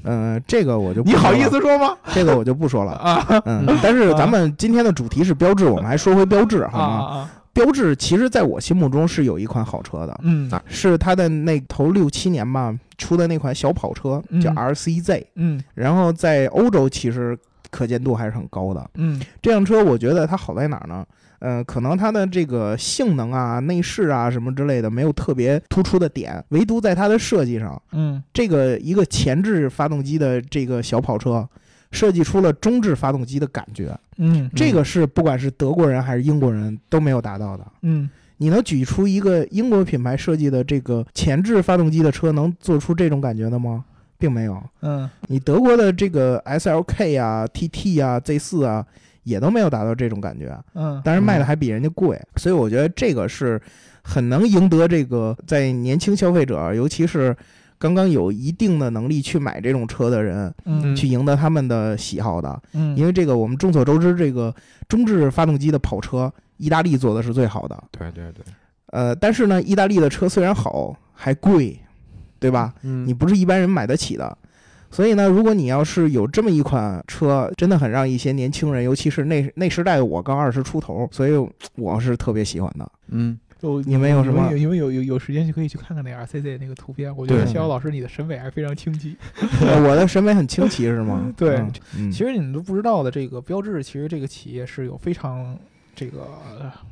[SPEAKER 2] 嗯、呃这个我就不
[SPEAKER 3] 你好
[SPEAKER 2] 说
[SPEAKER 3] 意
[SPEAKER 2] 了
[SPEAKER 3] 思说吗？
[SPEAKER 2] 这个我就不说了。
[SPEAKER 3] 啊
[SPEAKER 2] 嗯
[SPEAKER 4] 嗯，
[SPEAKER 2] 但是
[SPEAKER 3] 啊
[SPEAKER 2] 咱们今天的主题是标志，我们还说回标志
[SPEAKER 3] 啊
[SPEAKER 2] 好吗？
[SPEAKER 3] 啊！
[SPEAKER 2] 标志其实在我心目中是有一款好车的，
[SPEAKER 3] 嗯
[SPEAKER 4] 啊
[SPEAKER 2] 是它的那头六七年吧出的那款小跑车
[SPEAKER 3] 嗯
[SPEAKER 2] 叫 RCZ，、
[SPEAKER 3] 嗯
[SPEAKER 2] 然后在欧洲其实可见度还是很高的。
[SPEAKER 3] 嗯
[SPEAKER 2] 这辆车我觉得它好在哪儿呢？呃，可能它的这个性能啊、内饰啊什么之类的没有特别突出的点，唯独在它的设计上，
[SPEAKER 3] 嗯
[SPEAKER 2] 这个一个前置发动机的这个小跑车。设计出了中置发动机的感觉，
[SPEAKER 3] 嗯
[SPEAKER 2] 这个是不管是德国人还是英国人都没有达到的。
[SPEAKER 3] 嗯
[SPEAKER 2] 你能举出一个英国品牌设计的这个前置发动机的车能做出这种感觉的吗？并没有。
[SPEAKER 3] 嗯
[SPEAKER 2] 你德国的这个 S L K 啊、T T 啊、Z 四啊，也都没有达到这种感觉，
[SPEAKER 3] 嗯
[SPEAKER 2] 但是卖的还比人家贵，所以我觉得这个是很能赢得这个在年轻消费者，尤其是刚刚有一定的能力去买这种车的人，
[SPEAKER 3] 嗯
[SPEAKER 2] 去赢得他们的喜好的。
[SPEAKER 3] 嗯，
[SPEAKER 2] 因为这个，我们众所周知，这个中置发动机的跑车，意大利做的是最好的。
[SPEAKER 4] 对对对，
[SPEAKER 2] 呃，但是呢，意大利的车虽然好，还贵，对吧？
[SPEAKER 4] 嗯
[SPEAKER 2] 你不是一般人买得起的。所以呢，如果你要是有这么一款车，真的很让一些年轻人，尤其是那那时代我刚二十出头，所以我是特别喜欢 的。
[SPEAKER 4] 嗯，
[SPEAKER 3] 有
[SPEAKER 2] 你们有什么？
[SPEAKER 3] 你们有有有时间就可以去看看那 RCZ 那个图片，我觉得肖老师你的审美还非常清晰。？
[SPEAKER 2] 我的审美很清奇是吗
[SPEAKER 3] 对
[SPEAKER 2] 嗯嗯、
[SPEAKER 3] 其实你们都不知道的，这个标志其实这个企业是有非常这个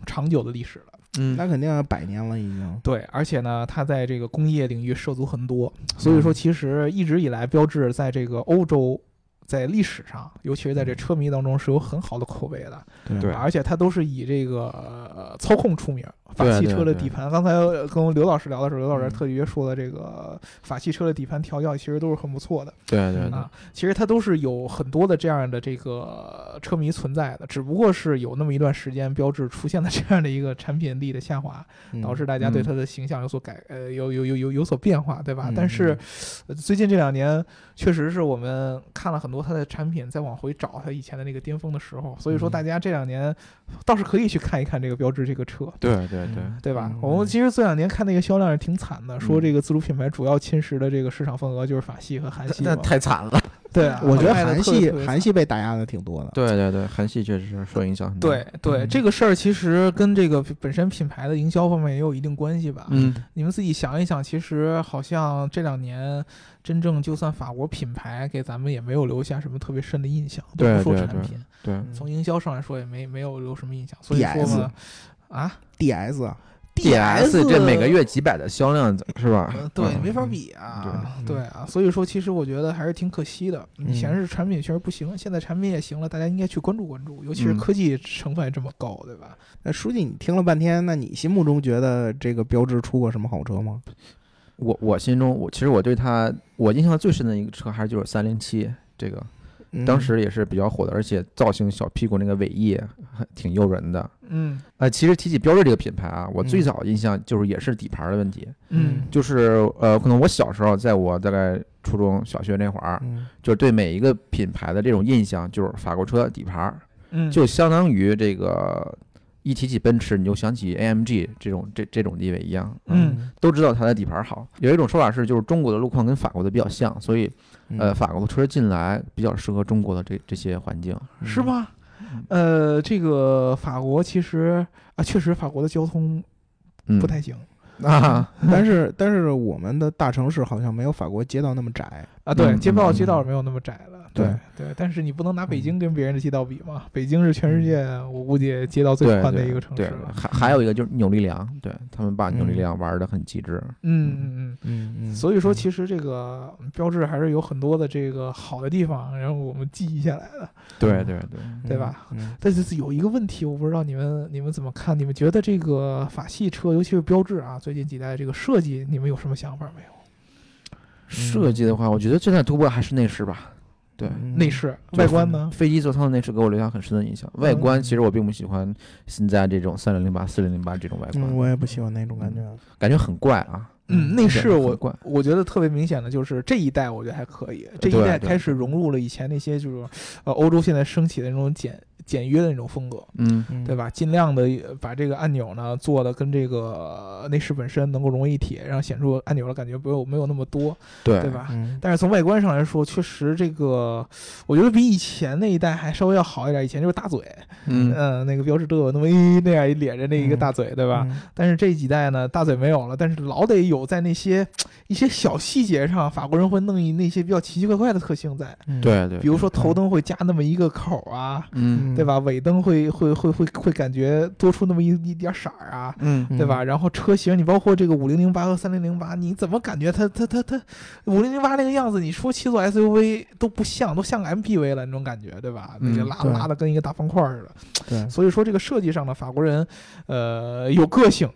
[SPEAKER 3] 长久的历史了。
[SPEAKER 4] 嗯
[SPEAKER 2] 那肯定要百年了已经。
[SPEAKER 3] 对，而且呢，它在这个工业领域涉足很多，所以说其实一直以来，标志在这个欧洲。在历史上，尤其是在这车迷当中，是有很好的口碑的。
[SPEAKER 2] 嗯
[SPEAKER 4] 对
[SPEAKER 3] 啊而且它都是以这个、呃、操控出名，法
[SPEAKER 4] 对
[SPEAKER 3] 系
[SPEAKER 4] 对
[SPEAKER 3] 车的
[SPEAKER 4] 对
[SPEAKER 3] 底盘。刚才呃跟刘老师聊的时候，刘老师
[SPEAKER 2] 嗯
[SPEAKER 3] 特别说的这个法系车的底盘调教其实都是很不错的
[SPEAKER 4] 对对对
[SPEAKER 3] 啊。其实它都是有很多的这样的这个车迷存在的，只不过是有那么一段时间，标志出现了这样的一个产品力的下滑，
[SPEAKER 2] 嗯
[SPEAKER 3] 导致大家
[SPEAKER 4] 嗯
[SPEAKER 3] 对它的形象有所改，呃，有有有有有所变化，对吧？
[SPEAKER 2] 嗯
[SPEAKER 3] 但是
[SPEAKER 2] 嗯、
[SPEAKER 3] 呃最近这两年，确实是我们看了很多它的产品，在往回找它以前的那个巅峰的时候，所以说
[SPEAKER 2] 嗯
[SPEAKER 3] 大家这两年倒是可以去看一看这个标志这个车。
[SPEAKER 4] 对对对，
[SPEAKER 3] 对吧
[SPEAKER 2] 嗯？
[SPEAKER 3] 我们其实这两年看那个销量是挺惨的，
[SPEAKER 2] 嗯
[SPEAKER 3] 说这个自主品牌主要侵蚀的这个市场份额就是法系和韩系嘛。
[SPEAKER 4] 那太惨了，
[SPEAKER 3] 对啊，
[SPEAKER 2] 我觉得
[SPEAKER 3] 卖得
[SPEAKER 2] 韩
[SPEAKER 3] 特别
[SPEAKER 2] 系
[SPEAKER 3] 特别
[SPEAKER 2] 韩系被打压的挺多的。
[SPEAKER 4] 对对对，韩系确实是受影响很大，
[SPEAKER 3] 对对，
[SPEAKER 2] 嗯
[SPEAKER 3] 这个事儿其实跟这个本身品牌的营销方面也有一定关系吧。
[SPEAKER 4] 嗯，
[SPEAKER 3] 你们自己想一想，其实好像这两年真正就算法国品牌给咱们也没有留下什么特别深的印象，都
[SPEAKER 4] 对
[SPEAKER 3] 不说
[SPEAKER 4] 对
[SPEAKER 3] 产
[SPEAKER 4] 对嗯
[SPEAKER 3] 品，
[SPEAKER 4] 对
[SPEAKER 3] 嗯从营销上来说也没没有留什么印象，所以
[SPEAKER 2] DS
[SPEAKER 3] 说嘛，啊
[SPEAKER 2] DS 啊
[SPEAKER 4] DS 这每个月几百的销量是吧
[SPEAKER 3] 呃？对，
[SPEAKER 4] 嗯
[SPEAKER 3] 没法比啊，对啊，所以说其实我觉得还是挺可惜的。以
[SPEAKER 4] 嗯
[SPEAKER 3] 前是产品确实不行，现在产品也行了，大家应该去关注关注，尤其是
[SPEAKER 4] 嗯
[SPEAKER 3] 科技成分也这么高，对吧？
[SPEAKER 2] 那书记，你听了半天，那你心目中觉得这个标志出过什么好车吗？
[SPEAKER 4] 我我心中，我其实我对它，我印象最深的一个车还是就是三零七这个，
[SPEAKER 2] 嗯
[SPEAKER 4] 当时也是比较火的，而且造型小屁股那个尾翼还挺诱人的。
[SPEAKER 3] 嗯
[SPEAKER 4] 呃，其实提起标志这个品牌啊，我最
[SPEAKER 2] 嗯
[SPEAKER 4] 早印象就是也是底盘儿的问题，
[SPEAKER 3] 嗯
[SPEAKER 4] 就是呃，可能我小时候，在我大概初中小学那会儿，
[SPEAKER 2] 嗯
[SPEAKER 4] 就是对每一个品牌的这种印象，就是法国车底盘儿，
[SPEAKER 3] 嗯，
[SPEAKER 4] 就相当于这个一提起奔驰，你就想起 AMG 这种这这种地位一样，
[SPEAKER 3] 嗯
[SPEAKER 4] 都知道它的底盘儿好。有一种说法是，就是中国的路况跟法国的比较像，所以
[SPEAKER 2] 嗯
[SPEAKER 3] 嗯
[SPEAKER 4] 呃，，法国车进来比较适合中国的这这些环境。
[SPEAKER 2] 嗯
[SPEAKER 3] 是？吗？呃，这个法国其实啊，确实法国的交通
[SPEAKER 4] 嗯，
[SPEAKER 3] 不太行
[SPEAKER 4] 啊，
[SPEAKER 2] 但是但是我们的大城市好像没有法国街道那么窄。
[SPEAKER 3] 啊。对，
[SPEAKER 4] 嗯
[SPEAKER 3] 街道街
[SPEAKER 2] 嗯
[SPEAKER 3] 道没有那么窄了。对
[SPEAKER 2] 对
[SPEAKER 3] 对，但是你不能拿北京跟别人的街道比嘛。北京是全世界我估计街道最
[SPEAKER 4] 对
[SPEAKER 3] 宽的
[SPEAKER 4] 对
[SPEAKER 3] 一个城市
[SPEAKER 4] 对
[SPEAKER 3] 了。
[SPEAKER 4] 还还有一个就是扭力梁，对他们把扭力
[SPEAKER 2] 嗯
[SPEAKER 4] 梁玩的很极致。
[SPEAKER 3] 嗯嗯嗯。
[SPEAKER 2] 嗯嗯
[SPEAKER 3] 所以说，其实这个标志还是有很多的这个好的地方，然后我们记忆下来的，
[SPEAKER 4] 对对对，
[SPEAKER 3] 对吧？
[SPEAKER 2] 嗯
[SPEAKER 3] 但是有一个问题，我不知道你们你们怎么看？你们觉得这个法系车，尤其是标志啊，最近几代这个设计，你们有什么想法没有？
[SPEAKER 4] 设计的话，我觉得最大突破还是内饰吧。对，
[SPEAKER 2] 嗯
[SPEAKER 3] 内饰、
[SPEAKER 4] 就是
[SPEAKER 3] 外观呢？
[SPEAKER 4] 飞机座舱的内饰给我留下很深的印象。
[SPEAKER 3] 嗯
[SPEAKER 4] 外观其实我并不喜欢现在这种三零零八、四零零八这种外
[SPEAKER 2] 嗯，
[SPEAKER 4] 观，
[SPEAKER 2] 我也不喜欢那种感觉。
[SPEAKER 4] 感觉很怪啊。
[SPEAKER 3] 嗯，
[SPEAKER 2] 嗯
[SPEAKER 3] 内
[SPEAKER 4] 对
[SPEAKER 3] 饰
[SPEAKER 4] 很
[SPEAKER 3] 我
[SPEAKER 4] 怪
[SPEAKER 3] 我觉得特别明显的就是这一代，我觉得还可以。这一
[SPEAKER 4] 对
[SPEAKER 3] 代
[SPEAKER 4] 对
[SPEAKER 3] 开始融入了以前那些就是，呃，欧洲现在升起的那种简简约的那种风格，
[SPEAKER 4] 嗯，
[SPEAKER 2] 嗯
[SPEAKER 3] 对？吧？尽量的把这个按钮呢做的跟这个呃内饰本身能够融为一体，然后显出按钮的感觉不有没有那么多，
[SPEAKER 4] 对
[SPEAKER 3] 对？吧？
[SPEAKER 2] 嗯
[SPEAKER 3] 但是从外观上来说，确实这个我觉得比以前那一代还稍微要好一点。以前就是大嘴，
[SPEAKER 4] 嗯
[SPEAKER 3] 嗯，那个标志都有那么一那样一咧着那一个大嘴，对吧？？但是这几代呢，大嘴没有了，但是老得有在那些一些小细节上，法国人会弄一那些比较奇奇怪怪的特性在，
[SPEAKER 2] 嗯，
[SPEAKER 4] 对对，
[SPEAKER 3] 比如说头灯会加那么一个口啊，
[SPEAKER 4] 嗯
[SPEAKER 3] 对吧？尾灯会会会会会感觉多出那么一一点色儿啊。
[SPEAKER 4] 嗯
[SPEAKER 2] 嗯
[SPEAKER 3] 对吧？？然后车型，你包括这个五零零八和三零零八，你怎么感觉它它它它五零零八那个样子？你说七座 SUV 都不像，都像个 MPV 了那种感觉，对吧？那个
[SPEAKER 4] 嗯
[SPEAKER 3] 拉
[SPEAKER 2] 对
[SPEAKER 3] 拉的跟一个大方块似的。
[SPEAKER 2] 对，
[SPEAKER 3] 所以说这个设计上呢，法国人呃有个性，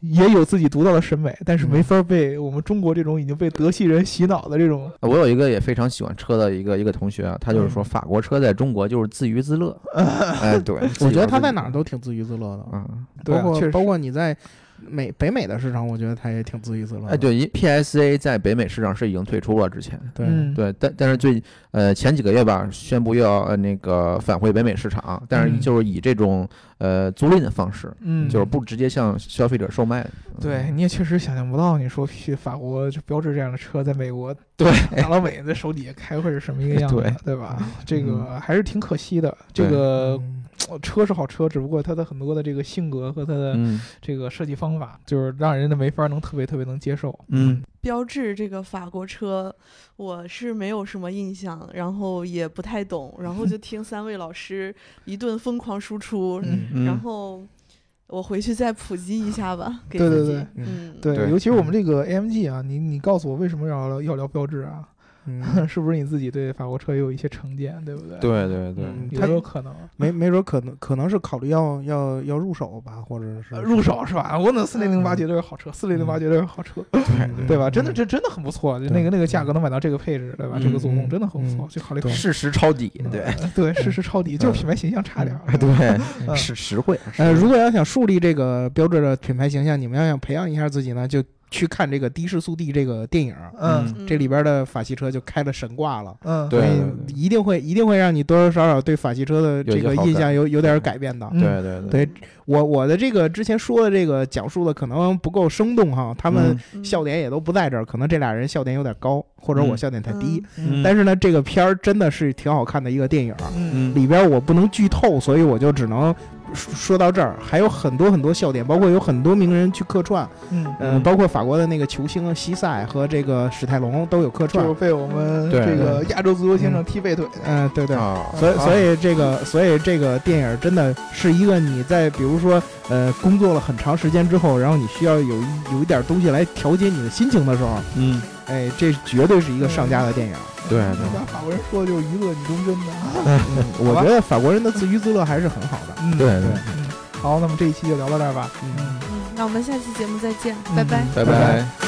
[SPEAKER 3] 也有自己独到的审美，但是
[SPEAKER 4] 嗯
[SPEAKER 3] 没法被我们中国这种已经被德系人洗脑的这种
[SPEAKER 4] 我有一个也非常喜欢车的一个一个同学啊，他就是说
[SPEAKER 2] 嗯
[SPEAKER 4] 法国车在中国就是自娱自 乐。哎，对，
[SPEAKER 2] 我觉得他在哪儿都嗯挺自娱自乐的，
[SPEAKER 4] 啊，
[SPEAKER 3] 对
[SPEAKER 2] 包
[SPEAKER 3] 啊
[SPEAKER 2] 括
[SPEAKER 3] 确实
[SPEAKER 2] 包括你在美北美的市场，我觉得他也挺自娱自乐的。
[SPEAKER 4] 哎，对，因为 PSA 在北美市场是已经退出了，之前。
[SPEAKER 2] 对，
[SPEAKER 3] 嗯
[SPEAKER 4] 对，但但是最呃前几个月吧，宣布要呃那个返回北美市场，啊但是
[SPEAKER 3] 嗯
[SPEAKER 4] 就是以这种呃租赁的方式，
[SPEAKER 3] 嗯
[SPEAKER 4] 就是不直接向消费者售卖。
[SPEAKER 3] 对，你也确实想象不到，你说去法国这标志这样的车在美国
[SPEAKER 4] 对
[SPEAKER 3] 大老美在手底下开会是什么一个样子，
[SPEAKER 4] 对嗯
[SPEAKER 3] 对吧？这个还是挺可惜的。这
[SPEAKER 4] 对
[SPEAKER 3] 个
[SPEAKER 2] 嗯
[SPEAKER 3] 车是好车，只不过它的很多的这个性格和它的
[SPEAKER 4] 嗯
[SPEAKER 3] 这个设计方法，就是让人的没法能特别特别能接受。
[SPEAKER 4] 嗯
[SPEAKER 1] 标志这个法国车，我是没有什么印象，然后也不太懂，然后就听三位老师一顿疯狂输出，
[SPEAKER 2] 嗯
[SPEAKER 4] 嗯，
[SPEAKER 1] 然后我回去再普及一下吧，给
[SPEAKER 3] 对
[SPEAKER 1] 自
[SPEAKER 3] 对
[SPEAKER 1] 己。
[SPEAKER 3] 对
[SPEAKER 1] 嗯，
[SPEAKER 3] 对，
[SPEAKER 4] 对
[SPEAKER 3] 尤其是我们这个 AMG 啊，你你告诉我为什么要要聊标志啊？
[SPEAKER 2] 嗯
[SPEAKER 3] 是不是你自己对法国车也有一些成见，对不对？，
[SPEAKER 4] 对对对，
[SPEAKER 2] 嗯
[SPEAKER 3] 有
[SPEAKER 2] 它
[SPEAKER 3] 没有可能啊
[SPEAKER 2] 没没准可能可能是考虑要要要入手吧，或者是
[SPEAKER 3] 呃入手是吧？我那四零零八
[SPEAKER 2] 嗯
[SPEAKER 3] 绝对是好车，四零零八
[SPEAKER 2] 嗯
[SPEAKER 3] 绝对是好车，
[SPEAKER 2] 嗯
[SPEAKER 3] 对吧？真的，
[SPEAKER 2] 嗯
[SPEAKER 3] 这真的很不错，就
[SPEAKER 2] 对
[SPEAKER 3] 那个那个价格能买到这个配置，对吧？
[SPEAKER 4] 嗯
[SPEAKER 3] 这个做工
[SPEAKER 2] 嗯
[SPEAKER 3] 真的很不错，
[SPEAKER 2] 嗯
[SPEAKER 3] 去考虑 考
[SPEAKER 2] 对嗯
[SPEAKER 3] 虑。
[SPEAKER 4] 事实抄底，对
[SPEAKER 3] 呃对，是是抄底，就是品牌形象差点儿。吧，
[SPEAKER 4] 对，
[SPEAKER 3] 嗯
[SPEAKER 4] 是实惠。
[SPEAKER 2] 呃，如果要想树立这个标志的品牌形象，你们要想培养一下自己呢，就去看这个《的士速递》这个电影，
[SPEAKER 3] 嗯
[SPEAKER 1] 嗯
[SPEAKER 2] 这里边的法系车就开了神挂了。
[SPEAKER 3] 嗯，
[SPEAKER 4] 对
[SPEAKER 2] 所以
[SPEAKER 4] 对对
[SPEAKER 2] 一定会一定会让你多多少少对法系车的这
[SPEAKER 4] 有
[SPEAKER 2] 个
[SPEAKER 4] 一些好
[SPEAKER 2] 印象
[SPEAKER 4] 感
[SPEAKER 2] 有有点改变的。
[SPEAKER 3] 嗯
[SPEAKER 4] 对对
[SPEAKER 2] 对我我的这个之前说的这个讲述的可能不够生动哈，他们
[SPEAKER 1] 嗯
[SPEAKER 2] 笑点也都不在这儿，可能这俩人笑点有点高，或者我
[SPEAKER 4] 嗯
[SPEAKER 2] 笑点太低。
[SPEAKER 4] 嗯
[SPEAKER 2] 但是呢，这个片儿真的是挺好看的一个电影儿，
[SPEAKER 3] 嗯
[SPEAKER 4] 嗯
[SPEAKER 2] 里边我不能剧透，所以我就只能说说到这儿，还有很多很多笑点，包括有很多名人去客串，
[SPEAKER 3] 嗯，
[SPEAKER 2] 嗯、
[SPEAKER 4] 嗯
[SPEAKER 2] 包括法国的那个球星啊西塞和这个史泰龙都有客
[SPEAKER 3] 就
[SPEAKER 2] 串
[SPEAKER 3] 是，被我们
[SPEAKER 4] 对
[SPEAKER 3] 这个亚洲足球先生踢背腿的，
[SPEAKER 2] 嗯、对对。
[SPEAKER 4] 啊，
[SPEAKER 2] 所以，
[SPEAKER 3] 啊
[SPEAKER 2] 所以这个，所以这个电影真的是一个你在比如说，呃，工作了很长时间之后，然后你需要有一有一点东西来调节你的心情的时候，
[SPEAKER 4] 嗯，
[SPEAKER 2] 哎，这绝对是一个上佳的电影。
[SPEAKER 4] 对
[SPEAKER 3] 人
[SPEAKER 4] 对
[SPEAKER 3] 家法国人说的就是娱乐你忠贞的啊。
[SPEAKER 2] 嗯我觉得法国人的自娱自乐还是很好的。
[SPEAKER 3] 嗯，
[SPEAKER 4] 对对，
[SPEAKER 3] 好，那么这一期就聊到这儿吧。
[SPEAKER 2] 嗯
[SPEAKER 3] 嗯。
[SPEAKER 1] 嗯，那我们下期节目再见，拜拜。
[SPEAKER 2] 拜
[SPEAKER 4] 拜
[SPEAKER 2] 拜
[SPEAKER 4] 拜。